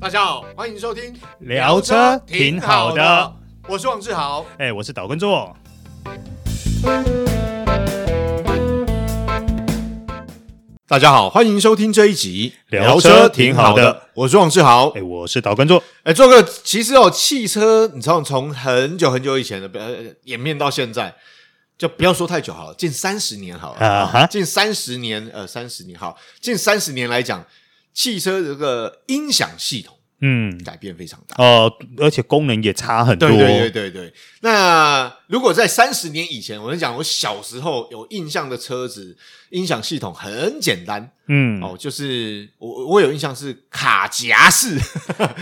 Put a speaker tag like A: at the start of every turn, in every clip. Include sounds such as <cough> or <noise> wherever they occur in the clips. A: 大家好，欢迎收听
B: 聊车挺好的，
A: 我是王志豪。
B: 哎、我是岛根座。
A: 大家好，欢迎收听这一集
B: 聊车挺好的，
A: 我是王志豪
B: 哎、。我是岛根座。
A: 哎，做个其实哦，汽车你知道从很久很久以前的呃演变到现在，就不要说太久好了，近三十年好了，
B: 啊哈
A: 近三十年呃三十年好，近三十年来讲，汽车这个音响系统
B: 嗯，
A: 改变非常大。
B: 哦、而且功能也差很多。
A: 对对对对对。那如果在三十年以前，我跟你讲，我小时候有印象的车子音响系统很简单、
B: 嗯，
A: 哦，就是我我有印象是卡夹式，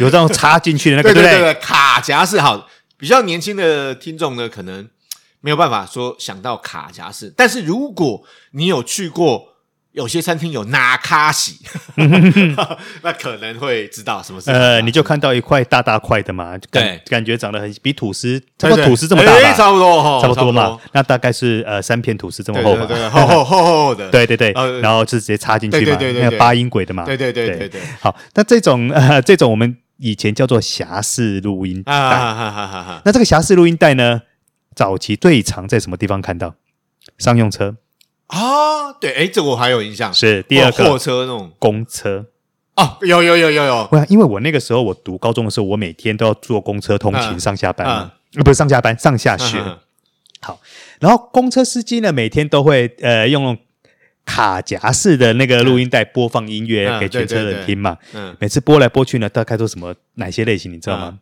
B: 有这种插进 <laughs> 去的那
A: <laughs>
B: 个，
A: 对对
B: 不
A: 对，对卡夹式好。比较年轻的听众呢，可能没有办法说想到卡夹式，但是如果你有去过。有些餐厅有拿卡
B: <laughs>
A: 洗， <laughs> 那可能会知道什么是拿卡
B: 呃，你就看到一块大大块的嘛，就感
A: 对
B: 感觉长得很比吐司，差
A: 嗯对
B: 不
A: 对
B: 多吐司这么大吧，
A: 哎差不多哈，
B: 差不多嘛。那大概是呃三片吐司这么
A: 对
B: 厚
A: 对
B: 吧。
A: 对，厚厚厚厚的，
B: 对对对
A: 呃
B: 然后就直接插进去嘛，
A: 对对对对对
B: 那个八音轨的嘛。
A: 对对对对对
B: 好，那这种 <laughs> 呃这种我们以前叫做匣式录音带。
A: 啊哈哈哈哈哈！
B: 那这个匣式录音带呢，早期最常在什么地方看到？商用车
A: 啊，对，哎，这我还有印象，哦
B: 是第二
A: 或货
B: 个，
A: 车那种
B: 公车。
A: 哦，有有有有
B: <laughs>
A: 有，
B: 我啊想，因为我那个时候我读高中的时候，我每天都要坐公车通勤
A: 嗯
B: 上下班嘛，呃不是上下班，上下学。
A: 啊
B: 然后公车司机呢，每天都会呃用卡夹式的那个录音带播放音乐
A: 嗯
B: 给全车
A: 对对对
B: 人听嘛。
A: 嗯，
B: 每次播来播去呢，大概都什么哪些类型，你知道吗？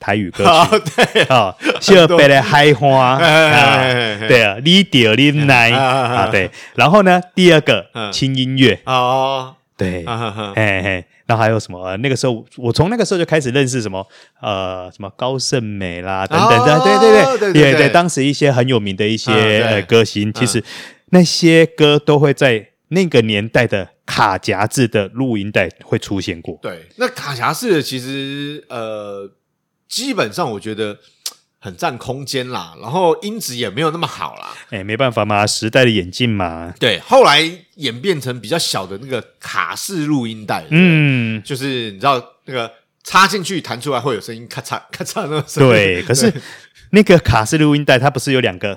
B: 台语歌
A: <laughs> 啊
B: 曲
A: 对，
B: 啊，设备的嗨花
A: <laughs> 哎哎
B: <laughs> 啊，
A: 哎哎
B: 对啊，你屌你奶
A: 啊啊啊
B: 啊，对。然后呢，第二个
A: 嗯
B: 轻音乐，
A: 哦，
B: 对，
A: 啊哈哈
B: 嘿嘿，然后还有什么？呃那个时候，我从那个时候就开始认识什么，呃，什么高胜美啦，等等的，
A: 哦
B: 对对
A: 对对
B: 对，也
A: 对
B: 对，当时一些很有名的一
A: 嗯对
B: 些呃歌星，其实那些歌都会在那个年代的卡夹制的录音带会出现过。
A: 对，那卡匣式的其实呃，基本上我觉得很占空间啦，然后音质也没有那么好啦。
B: 哎，没办法嘛，时代的演进嘛。
A: 对，后来演变成比较小的那个卡式录音带，嗯，
B: 嗯，
A: 就是你知道那个插进去弹出来会有声音，咔嚓咔嚓那种声音。
B: 对。可是那个卡式录音带它不是有两个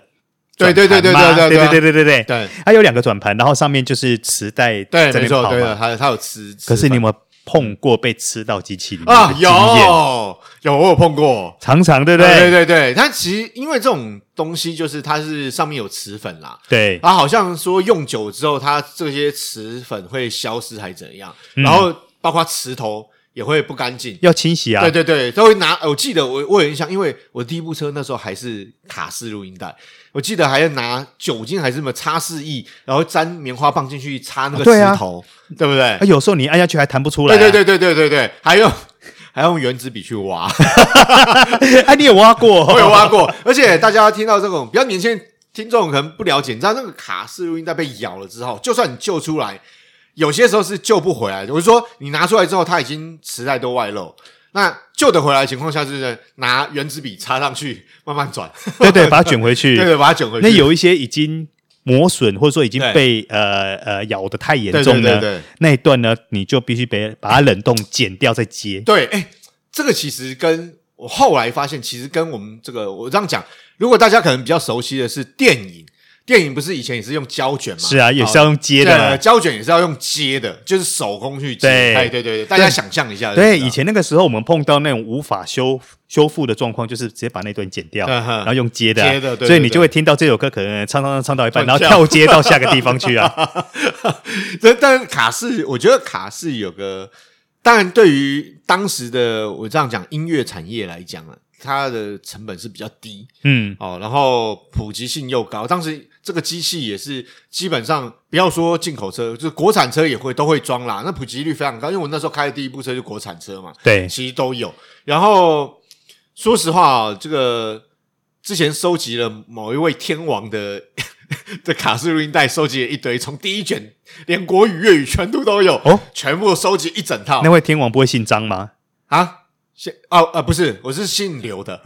A: 对
B: 转
A: 对
B: 盘
A: 对
B: 吗？
A: 对对对
B: 对对对对对
A: 对
B: 它有两个转盘，然后上面就是磁带
A: 对，
B: 在
A: 没
B: 那边
A: 错，
B: 跑
A: 对
B: 嘛
A: 的，。他他有吃，吃
B: 可是你
A: 饭
B: 有没有碰过被吃到机器里面
A: 啊
B: 的，经验？
A: 有有我有碰过，
B: 常常对不
A: 对
B: 对？
A: 对对，它其实因为这种东西就是它是上面有磁粉啦，
B: 对
A: 啊，好像说用久之后它这些磁粉会消失还怎样，
B: 嗯
A: 然后包括磁头也会不干净。
B: 要清洗啊
A: 对。对对，都会拿。我记得我我有印象，因为我第一部车那时候还是卡式录音带，我记得还要拿酒精还是什么擦拭液，然后沾棉花棒进去擦那个
B: 对啊
A: 磁头，对不对
B: 啊，？有时候你按下去还弹不出来、啊。
A: 对对对对对对对，还用还用原子笔去挖，
B: 对，哎、你也挖过？
A: <laughs> 我有挖过。而且大家听到这种比较年轻的听众可能不了解，你知道那个卡式录音带被咬了之后，就算你救出来，有些时候是救不回来的。我是说，你拿出来之后，它已经磁带都外露。那救得回来的情况下，就是拿原子笔插上去，慢慢转，
B: <laughs> 对对，把它卷回去。
A: 对对，把它卷回去。
B: 那有一些已经磨损，或者说已经
A: 对
B: 被呃呃咬的太严
A: 对对
B: 重
A: 对
B: 了，
A: 对
B: 那一段呢，你就必须被把它冷冻剪掉再接。
A: 对，哎、这个其实跟我后来发现，其实跟我们这个我这样讲，如果大家可能比较熟悉的是电影，电影不是以前也是用胶卷吗？
B: 是啊，也是
A: 要
B: 要用接的嘛。
A: 胶卷也是要用接的，就是手工去接。
B: 对
A: 哎对对对，大家想象一下就知道，
B: 对，以前那个时候我们碰到那种无法修修复的状况，就是直接把那段剪掉，
A: 嗯哼
B: 然后用接的啊、
A: 接的对对
B: 所以你
A: 对
B: 就会听到这首歌可能唱唱唱唱到一半，
A: 突
B: 然
A: 然
B: 后跳接到下个地方
A: <laughs>
B: 去啊。
A: 这但是卡式，我觉得卡式有个，当然对于当时的我这样讲音乐产业来讲啊，它的成本是比较低
B: 嗯，
A: 哦，然后普及性又高。当时这个机器也是基本上不要说进口车，就是国产车也会都会装啦，那普及率非常高。因为我那时候开的第一部车就国产车嘛，
B: 对，
A: 其实都有。然后说实话啊、这个之前收集了某一位天王的 <laughs> 的卡式录音带，收集了一堆，从第一卷连国语、粤语全部都有，
B: 哦，
A: 全部收集一整套
B: 那位天王不会姓张吗？
A: 啊。姓哦呃不是，我是姓刘的，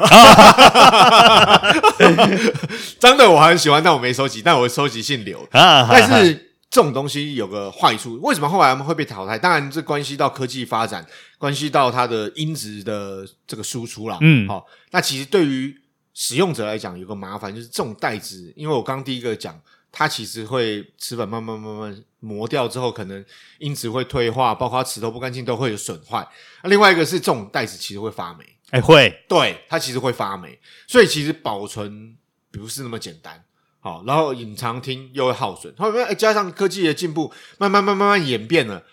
A: <laughs> 张的我很喜欢，但我没收集，但我收集姓刘的。
B: 啊，
A: 但是这种东西有个坏处，为什么后来他们会被淘汰？当然，这关系到科技发展，关系到它的音质的这个输出啦。
B: 嗯
A: 好、那其实对于使用者来讲，有个麻烦就是这种带子，因为我刚第一个讲，它其实会齿粉慢慢慢慢磨掉之后，可能音质会退化，包括齿头不干净都会有损坏。那另外一个是这种带子其实会发霉，
B: 哎、会，
A: 对，它其实会发霉，所以其实保存不是那么简单。好，然后隐藏听又会耗损，后面哎加上科技的进步，慢慢慢慢慢演变了。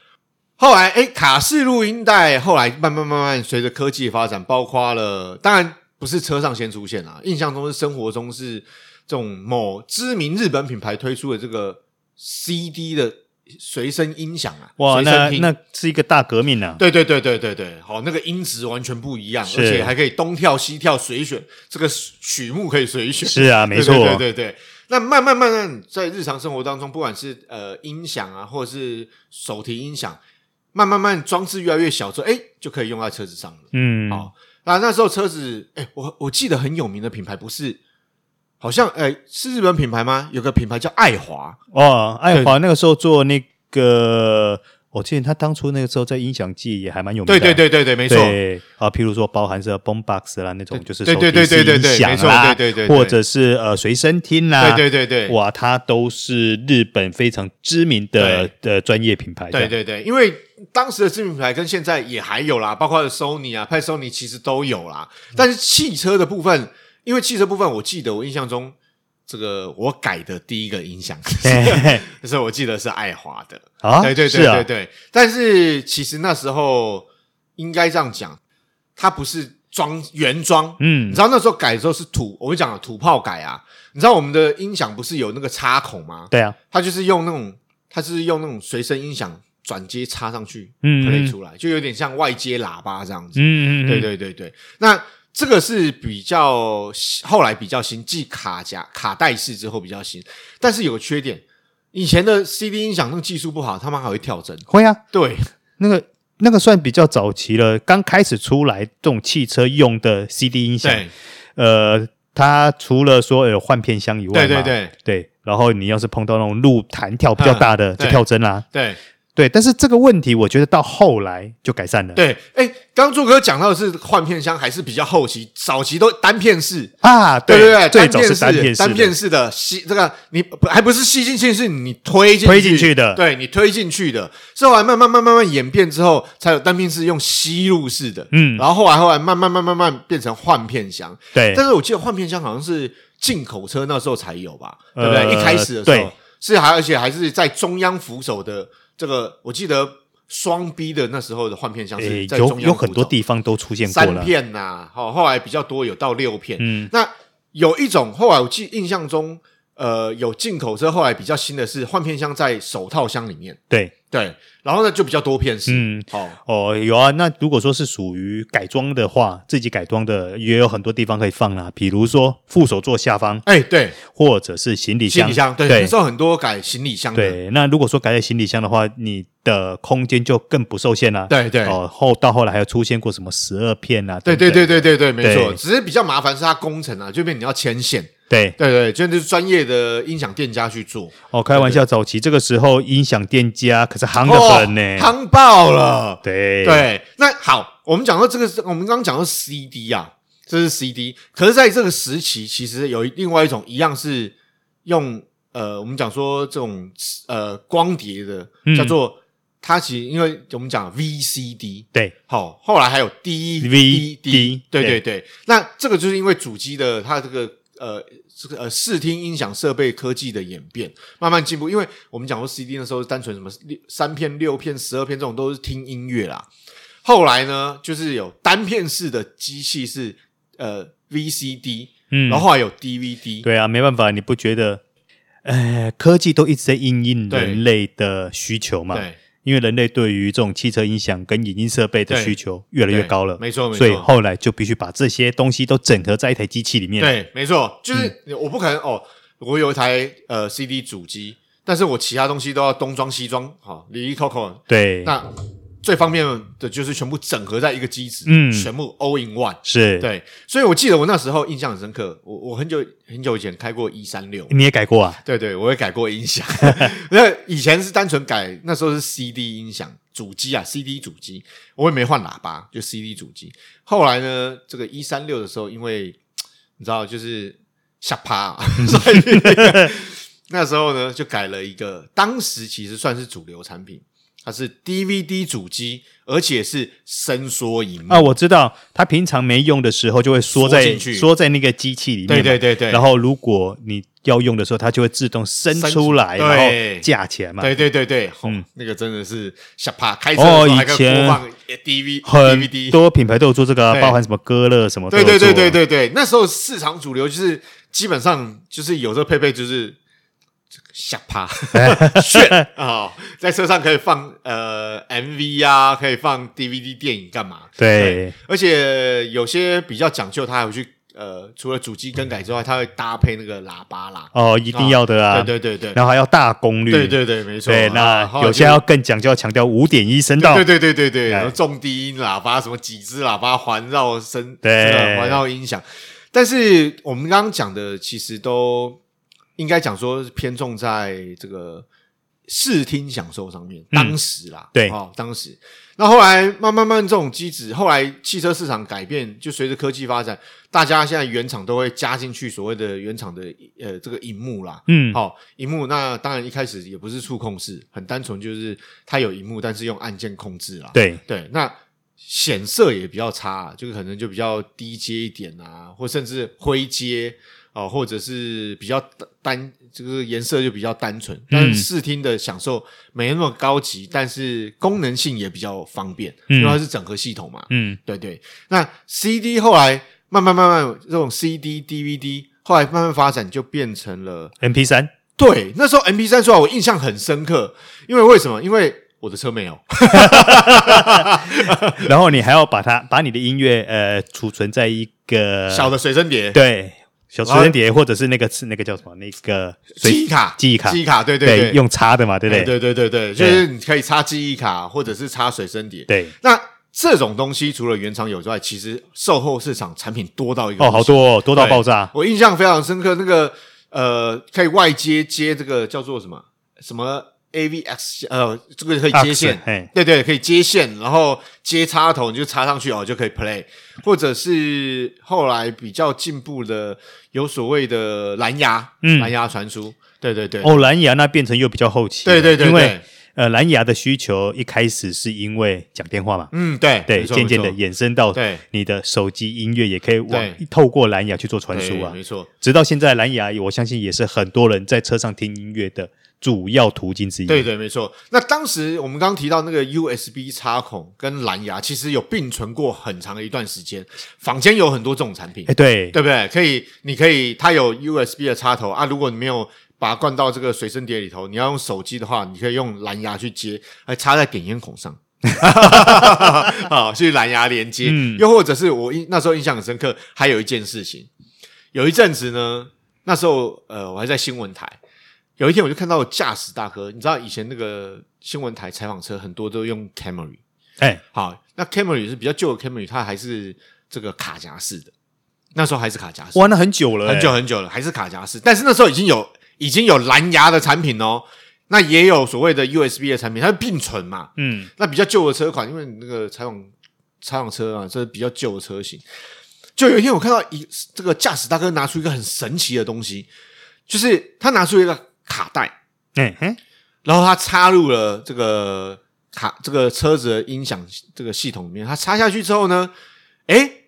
A: 后来哎，卡式录音带后来慢慢慢慢随着科技的发展，包括了当然不是车上先出现啦，印象中是生活中是这种某知名日本品牌推出的这个 CD 的随身音响啊，
B: 哇，
A: 随身
B: 那
A: 听
B: 那是一个大革命啊！
A: 对对对对对对，好，那个音质完全不一样，
B: 是
A: 而且还可以东跳西跳随选，这个曲目可以随选，
B: 是啊，没错，
A: 对对对对对那慢慢慢慢在日常生活当中，不管是呃音响啊，或者是手提音响，慢慢慢装置越来越小之后，哎，就可以用在车子上了。
B: 嗯，
A: 好那那时候车子，哎，我我记得很有名的品牌不是，好像哎是日本品牌吗？有个品牌叫爱华，
B: 哦，爱华那个时候做那个，我记得他当初那个时候在音响界也还蛮有名
A: 对
B: 的，
A: 对
B: 啊
A: 对对对，没错，
B: 对啊，譬如说包含是 boom box 啦那种，就是
A: 对
B: 手提
A: 对对对
B: 式
A: 对
B: 音
A: 没
B: 响
A: 错
B: 啦，
A: 对对对对
B: 或者是呃随身听啦，
A: 对对对对，
B: 哇，它都是日本非常知名的的专业品牌，
A: 对
B: 这样，
A: 对对，因为当时的知名品牌跟现在也还有啦，包括 Sony 啊、派 Sony 其实都有啦。但是汽车的部分，因为汽车部分，我记得我印象中，这个我改的第一个音响， <laughs>
B: 哎
A: 就是我记得是爱华的。
B: <laughs> 啊，
A: 对对
B: 是
A: 对
B: 啊
A: 对，对。但是其实那时候应该这样讲，它不是装原装，你
B: 嗯
A: 知，道那时候改的时候是土，我们讲了土炮改啊。你知道我们的音响不是有那个插孔吗？
B: 对啊，
A: 它就是用那种，它是用那种随身音响转接插上去
B: 嗯
A: play 出来，就有点像外接喇叭这样子。
B: 嗯嗯，嗯
A: 对，对对对，那这个是比较后来比较新，继卡夹卡带式之后比较新，但是有个缺点，以前的 CD 音响那个技术不好，他们还会跳针。
B: 会啊，
A: 对
B: 那个。那个算比较早期了，刚开始出来这种汽车用的 CD 音响，
A: 对
B: 呃，它除了说有换片箱以外嘛，
A: 对对对
B: 对，然后你要是碰到那种路弹跳比较大的，
A: 嗯
B: 就跳针啦。
A: 对
B: 对，但是这个问题我觉得到后来就改善了。
A: 对，哎，刚柱哥讲到的是换片箱，还是比较后期，早期都单片式。
B: 啊，
A: 对对，
B: 对最早是
A: 单
B: 单片
A: 片
B: 式的，
A: 单片式的吸这个你不还不是吸进去，是你推进
B: 推进去的
A: 对你推进去的，是后来慢慢慢慢慢演变之后，才有单片式用吸入式的，
B: 嗯
A: 然后后来后来慢慢慢慢慢变成换片箱，
B: 对
A: 但是我记得换片箱好像是进口车那时候才有吧，对不
B: 呃
A: 对？一开始的时
B: 对
A: 候是还而且还是在中央扶手的这个，我记得双 B 的那时候的换片箱
B: 诶
A: 是在中
B: 有
A: 央
B: 有很
A: 扶
B: 多
A: 手
B: 地方都出现过
A: 三
B: 了。
A: 片呐、好、后来比较多有到六片。
B: 嗯，
A: 那有一种后来我记印象中，呃，有进口车后来比较新的是换片箱在手套箱里面，
B: 对，
A: 对，然后呢就比较多片式，
B: 嗯，
A: 哦，
B: 哦，有啊。那如果说是属于改装的话，自己改装的也有很多地方可以放啦，比如说副手座下方，
A: 哎、对，
B: 或者是行李
A: 行
B: 箱。
A: 李箱，对，
B: 对
A: 那时候很多改行李箱的，
B: 对，那如果说改在行李箱的话，你的空间就更不受限啦。
A: 对对
B: 哦，后到后来还有出现过什么十二片啊？
A: 对
B: 等
A: 对
B: 等
A: 对对对对，没错，
B: 对
A: 只是比较麻烦是它工程啊，就变你要牵线，
B: 对。
A: 对对，就是专业的音响店家去做，
B: 哦，开玩笑，早期这个时候音响店家可是行的很呢、
A: 哦夯爆了，
B: 对
A: 对，那好，我们讲到这个是，我们刚刚讲到 CD 啊，这是 CD。可是在这个时期，其实有一另外一种一样是用呃，我们讲说这种呃光碟的
B: 嗯，
A: 叫做、它其实因为我们讲 VCD，
B: 对
A: 好，后来还有 DVD，
B: VD
A: 对对
B: 对
A: 对。那这个就是因为主机的它这个呃这个呃视听音响设备科技的演变，慢慢进步。因为我们讲说 CD 的时候，单纯什么六三片、六片、十二片这种都是听音乐啦。后来呢，就是有单片式的机器是呃 VCD，、
B: 嗯，
A: 然后后来有 DVD，
B: 对啊，没办法，你不觉得？呃，科技都一直在应应
A: 对
B: 人类的需求嘛，
A: 对
B: 因为人类对于这种汽车音响跟影音设备的
A: 对
B: 需求越来越
A: 对
B: 高了，
A: 没错没错
B: 所以后来就必须把这些东西都整合在一台机器里面。，嗯
A: 对，没错，就是我不可能哦，我有一台呃 CD 哦主机，但是我其他东西都要东装西装，好、里里扣扣。
B: 对，
A: 那最方便的就是全部整合在一个机子，
B: 嗯
A: 全部 all in one。
B: 是，
A: 对，所以我记得我那时候印象很深刻，我我很久很久以前开过一三六，
B: 你也改过啊？
A: 对对，我也改过音
B: <laughs>
A: 响。那以前是单纯改，那时候是 CD 音响主机啊，CD 主机，我也没换喇叭，就 CD 主机。后来呢，这个一三六的时候，因为你知道就是吓趴、
B: <laughs>
A: 啊，所以那时候呢就改了一个，当时其实算是主流产品，它是 DVD 主机，而且是伸缩荧幕。
B: 啊，我知道，他平常没用的时候就会
A: 嗯
B: 缩
A: 缩
B: 在
A: 进去
B: 缩在那个机器里面嘛，
A: 对对对对，
B: 然后如果你要用的时候，它就会自动伸
A: 伸
B: 出来，然
A: 对
B: 后架起来嘛。
A: 对对对对，
B: 嗯
A: 嗯，那个真的是吓趴，开车的时候
B: 哦
A: 还可
B: 以
A: 以
B: 前
A: 播放 DV
B: 很
A: DVD，
B: 多品牌都有做这个啊、
A: 对
B: 包含什么歌乐什么都
A: 对
B: 有做
A: 对
B: 啊。
A: 对对对对，那时候市场主流就是基本上就是有这个配备就是这个吓趴
B: <laughs>
A: 炫啊、哦，在车上可以放呃 MV 啊，可以放 DVD 电影干嘛？
B: 对
A: 而且有些比较讲究，他还会去呃，除了主机更改之外，他会搭配那个喇叭啦。
B: 哦，一定要的啊。
A: 对对对对。
B: 然后还要大功率。
A: 对对对，没错。
B: 对
A: 啊
B: 那
A: 后来
B: 有些
A: 就
B: 要更讲究，要强调五点一声道。
A: 对对对对对，然后
B: 哎
A: 重低音喇叭，什么几只喇叭环绕声，
B: 对
A: 这个环绕音响。但是我们刚刚讲的，其实都应该讲说是偏重在这个视听享受上面。当时啦，
B: 嗯对
A: 哦，当时。那后来慢慢慢这种机制，后来汽车市场改变，就随着科技发展，大家现在原厂都会加进去所谓的原厂的呃这个荧幕啦，
B: 嗯，
A: 好、荧幕那当然一开始也不是触控式，很单纯，就是它有荧幕，但是用按键控制啦。
B: 对，
A: 对，那显色也比较差啊、就是可能就比较低阶一点啊，或甚至灰阶哦、或者是比较单，就是颜色就比较单纯。但
B: 嗯
A: 是视听的享受没那么高级，但是功能性也比较方便，因为它是整合系统嘛。
B: 嗯，
A: 对对，那 CD 后来慢慢慢慢这种 CD、DVD 后来慢慢发展就变成了。
B: m
A: <laughs>
B: P 三，
A: 对，那时候 MP 三出来，我印象很深刻，因为为什么？因为我的车没有，
B: 然后你还要把它把你的音乐呃储存在一个
A: 小的随身碟、
B: 呃对小磁碟碟，或者是那个那个叫什么那个随
A: 记忆卡、
B: 记忆卡
A: 记忆卡，对对，
B: 用插的嘛，对不
A: 对
B: 对？
A: 对对对对，就是你可以插记忆卡，或者是插随身碟。
B: 对，
A: 那这种东西除了原厂有之外，其实售后市场产品多到一个
B: 哦，好
A: 不行。
B: 多哦，多到
A: 对
B: 爆炸。
A: 我印象非常深刻，那个呃，可以外接接这个叫做什么什么 AVX 呃，这个可以接线
B: Aux，，嘿，
A: 对对，可以接线，然后接插头你就插上去哦，就可以 play，或者是后来比较进步的有所谓的蓝牙，
B: 嗯
A: 蓝牙传输，对对对，
B: 哦，蓝牙那变成又比较后期了，
A: 对对对，
B: 因为
A: 对
B: 呃，蓝牙的需求一开始是因为讲电话嘛，
A: 嗯对
B: 对，
A: 没错
B: 渐渐的
A: 没错
B: 衍生到
A: 对
B: 你的手机音乐也可以往
A: 对
B: 透过蓝牙去做传输
A: 对
B: 啊，
A: 没错，
B: 直到现在蓝牙，我相信也是很多人在车上听音乐的主要途径之一。
A: 对对没错。那当时我们刚刚提到那个 USB 插孔跟蓝牙，其实有并存过很长的一段时间，坊间有很多这种产品
B: 哎，，对，
A: 对不对？可以，你可以，它有 USB 的插头啊。如果你没有把它灌到这个随身碟里头，你要用手机的话，你可以用蓝牙去接，还插在点烟孔上， <laughs> 好去蓝牙连接。
B: 嗯
A: 又或者是我印那时候印象很深刻，还有一件事情，有一阵子呢，那时候呃，我还在新闻台，有一天我就看到驾驶大哥，你知道以前那个新闻台采访车很多都用 Camry，
B: 哎，
A: 好，那 Camry 是比较旧的 Camry，它还是这个卡夹式的，那时候还是卡夹式，
B: 玩了很久了，
A: 很久
B: 哎，
A: 很久了，还是卡夹式，但是那时候已经有已经有蓝牙的产品哦，那也有所谓的 USB 的产品，它是并存嘛。
B: 嗯，
A: 那比较旧的车款，因为你那个采访采访车啊，这是比较旧的车型。就有一天我看到一这个驾驶大哥拿出一个很神奇的东西，就是他拿出一个卡带，
B: 哎，
A: 嗯
B: 嘿
A: 然后他插入了这个卡这个车子的音响这个系统里面，他插下去之后呢，诶，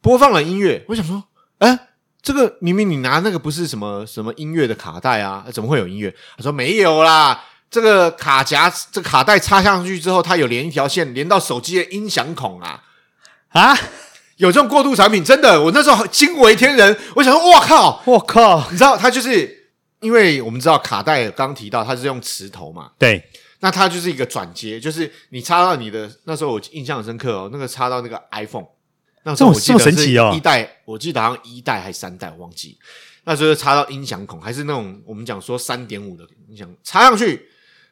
A: 播放了音乐。我想说，诶，这个明明你拿那个不是什么什么音乐的卡带啊，怎么会有音乐？他说没有啦，这个卡夹这个卡带插上去之后，它有连一条线连到手机的音响孔啊。
B: 啊，
A: 有这种过渡产品，真的，我那时候惊为天人。我想说，哇靠！
B: 我靠，
A: 你知道，它就是因为我们知道卡带刚提到它是用磁头嘛，
B: 对，
A: 那它就是一个转接，就是你插到你的那时候我印象很深刻哦，那个插到那个 iPhone，那时候我记得
B: 这么神奇哦
A: 是一代我记得好像一代还是三代，我忘记。那时候插到音响孔，还是那种我们讲说三点五的音响，插上去，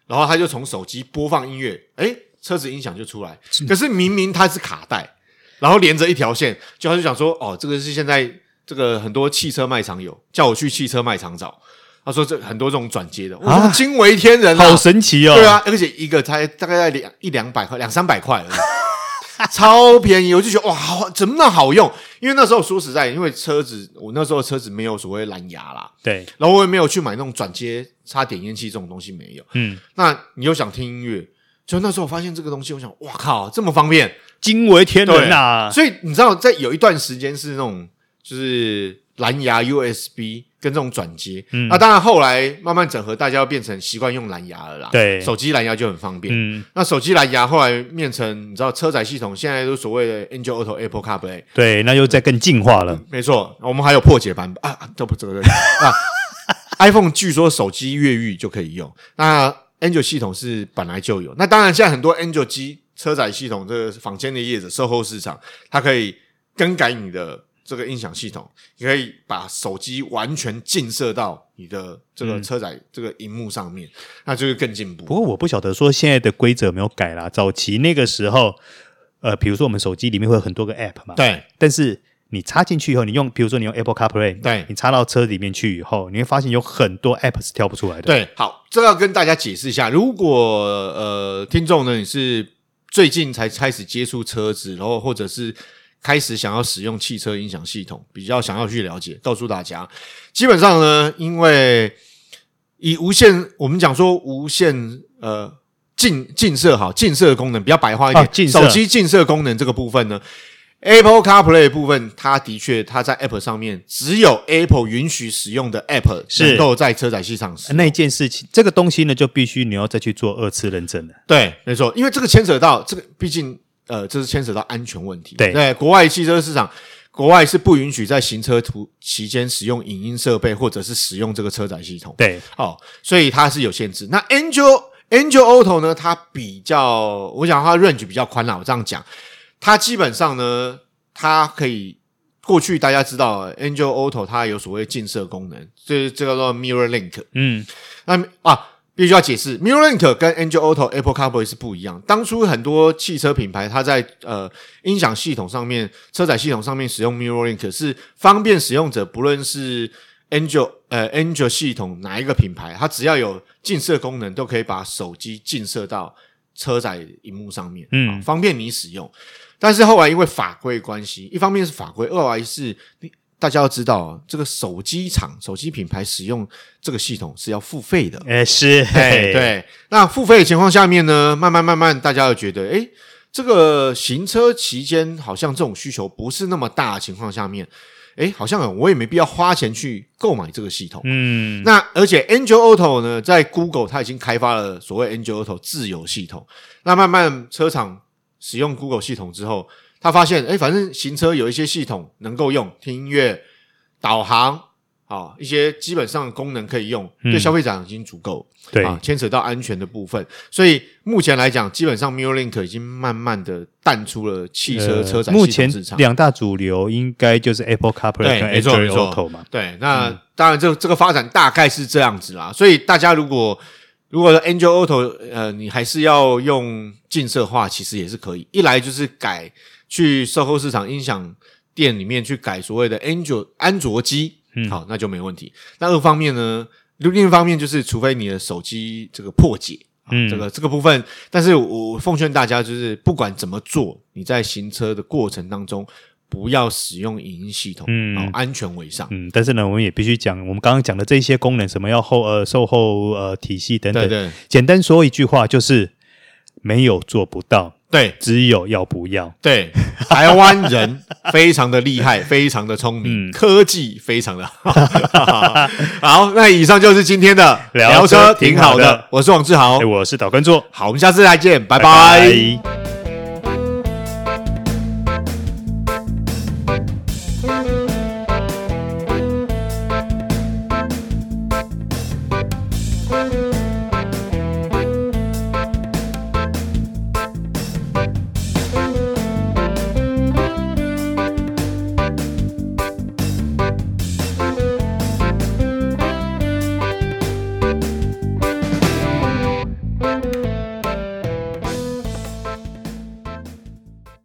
A: 然后它就从手机播放音乐，诶，车子音响就出来。可是明明它是卡带，然后连着一条线，就他就想说，哦，这个是现在这个很多汽车卖场有，叫我去汽车卖场找。他说这很多这种转接的，我
B: 啊
A: 说惊为天人、啊，
B: 好神奇哦！
A: 对，啊，而且一个才大概在两一两百块，两三百块而已， <laughs> 超便宜。我就觉得哇，好怎么那么好用？因为那时候说实在，因为车子我那时候车子没有所谓蓝牙啦，
B: 对，
A: 然后我也没有去买那种转接插点烟器这种东西没有。
B: 嗯，
A: 那你又想听音乐，就那时候我发现这个东西，我想哇靠，这么方便。
B: 惊为天人啊！
A: 所以你知道，在有一段时间是那种就是蓝牙 USB 跟这种转接，
B: 嗯
A: 那当然后来慢慢整合，大家要变成习惯用蓝牙了啦。
B: 对
A: 手机蓝牙就很方便。
B: 嗯，
A: 那手机蓝牙后来变成你知道车载系统，现在都所谓的 Angel Auto、Apple CarPlay，
B: 对，那又再更进化了。
A: 没错，我们还有破解版本啊，啊这不这个 <laughs> 这个啊，iPhone 据说手机越狱就可以用，那 Angel 系统是本来就有，那当然现在很多 Angel 机车载系统，这个坊间的业者售后市场，它可以更改你的。这个音响系统，你可以把手机完全映射到你的这个车载、这个荧幕上面，那就是更进步。
B: 不过我不晓得说现在的规则有没有改啦。早期那个时候，呃，比如说我们手机里面会有很多个 App 嘛，
A: 对，
B: 但是你插进去以后，你用，比如说你用 Apple CarPlay，
A: 对
B: 你插到车里面去以后，你会发现有很多 App 是跳不出来的。，
A: 对，好，这个要跟大家解释一下。如果呃，听众呢你是最近才开始接触车子，然后或者是开始想要使用汽车音响系统，比较想要去了解，告诉大家，基本上呢，因为以无线，我们讲说无线呃近近摄好近摄功能比较白话一点，
B: 啊近摄
A: 手机近摄功能这个部分呢。Apple CarPlay 的部分，它的确，它在 App 上面只有 Apple 允许使用的 App
B: 是
A: 能够在车载系上使用。
B: 那一件事情，这个东西呢，就必须你要再去做二次认证了。
A: 对，没错，因为这个牵扯到这个，毕竟呃，这是牵扯到安全问题。
B: 对
A: 国外汽车市场，国外是不允许在行车途期间使用影音设备或者是使用这个车载系统。，
B: 对，
A: 哦，所以它是有限制。那 Angel Angel Auto 呢，它比较，我想它 range 比较宽啦。我这样讲，它基本上呢，它可以。过去大家知道 Angel Auto 它有所谓近摄功能，这这个叫做 Mirror Link，
B: 嗯，
A: 那啊，必须要解释，Mirrorlink 跟 Angel Auto、Apple CarPlay 是不一样。当初很多汽车品牌，它在呃音响系统上面、车载系统上面使用 Mirrorlink，是方便使用者，不论是 Angel 呃 Angel 系统哪一个品牌，它只要有近摄功能，都可以把手机近摄到车载荧幕上面，
B: 嗯
A: 啊方便你使用。但是后来因为法规关系，一方面是法规，二来是你大家要知道啊，这个手机厂、手机品牌使用这个系统是要付费的。
B: 哎、是，
A: 对， <laughs> 对，那付费的情况下面呢，慢慢慢慢，大家又觉得，诶，这个行车期间好像这种需求不是那么大的情况下面，诶，好像我也没必要花钱去购买这个系统。
B: 嗯，
A: 那而且 Angel Auto 呢，在 Google 它已经开发了所谓 Angel Auto 自由系统。那慢慢车厂使用 Google 系统之后，他发现，哎，反正行车有一些系统能够用，听音乐、导航啊、一些基本上的功能可以用，
B: 嗯
A: 对消费者已经足够。
B: 对，
A: 啊，牵扯到安全的部分，所以目前来讲，基本上 Mirrorlink 已经慢慢的淡出了汽车车载
B: 呃目
A: 系统
B: 前
A: 市场。
B: 两大主流应该就是 Apple CarPlay
A: 对
B: 跟
A: 没错
B: Android
A: 没错
B: Auto 嘛。嗯
A: 对，那、当然这这个发展大概是这样子啦。所以大家如果如果 Angel Auto 呃，你还是要用近色化，其实也是可以。一来就是改去售后市场音响店里面去改所谓的 Angel 安卓机，
B: 嗯
A: 好，那就没问题。那二方面呢，另一方面就是，除非你的手机这个破解。啊
B: 嗯
A: 这个这个部分，但是我我奉劝大家，就是不管怎么做，你在行车的过程当中，不要使用影音系统，
B: 嗯
A: 哦，安全为上。
B: 嗯，但是呢，我们也必须讲，我们刚刚讲的这些功能，什么要后呃售后呃体系等等，
A: 对对
B: 简单说一句话就是没有做不到，
A: 对
B: 只有要不要。
A: 对，台湾人非常的厉害，非常的聪明，
B: 嗯
A: 科技非常的好。好， <laughs> 那以上就是今天的
B: 聊车
A: 车，挺
B: 挺
A: 好
B: 好的
A: 哎的。我是王志豪
B: 哎、，我是导观众，
A: 好，我们下次再见，拜
B: 拜
A: 拜
B: 拜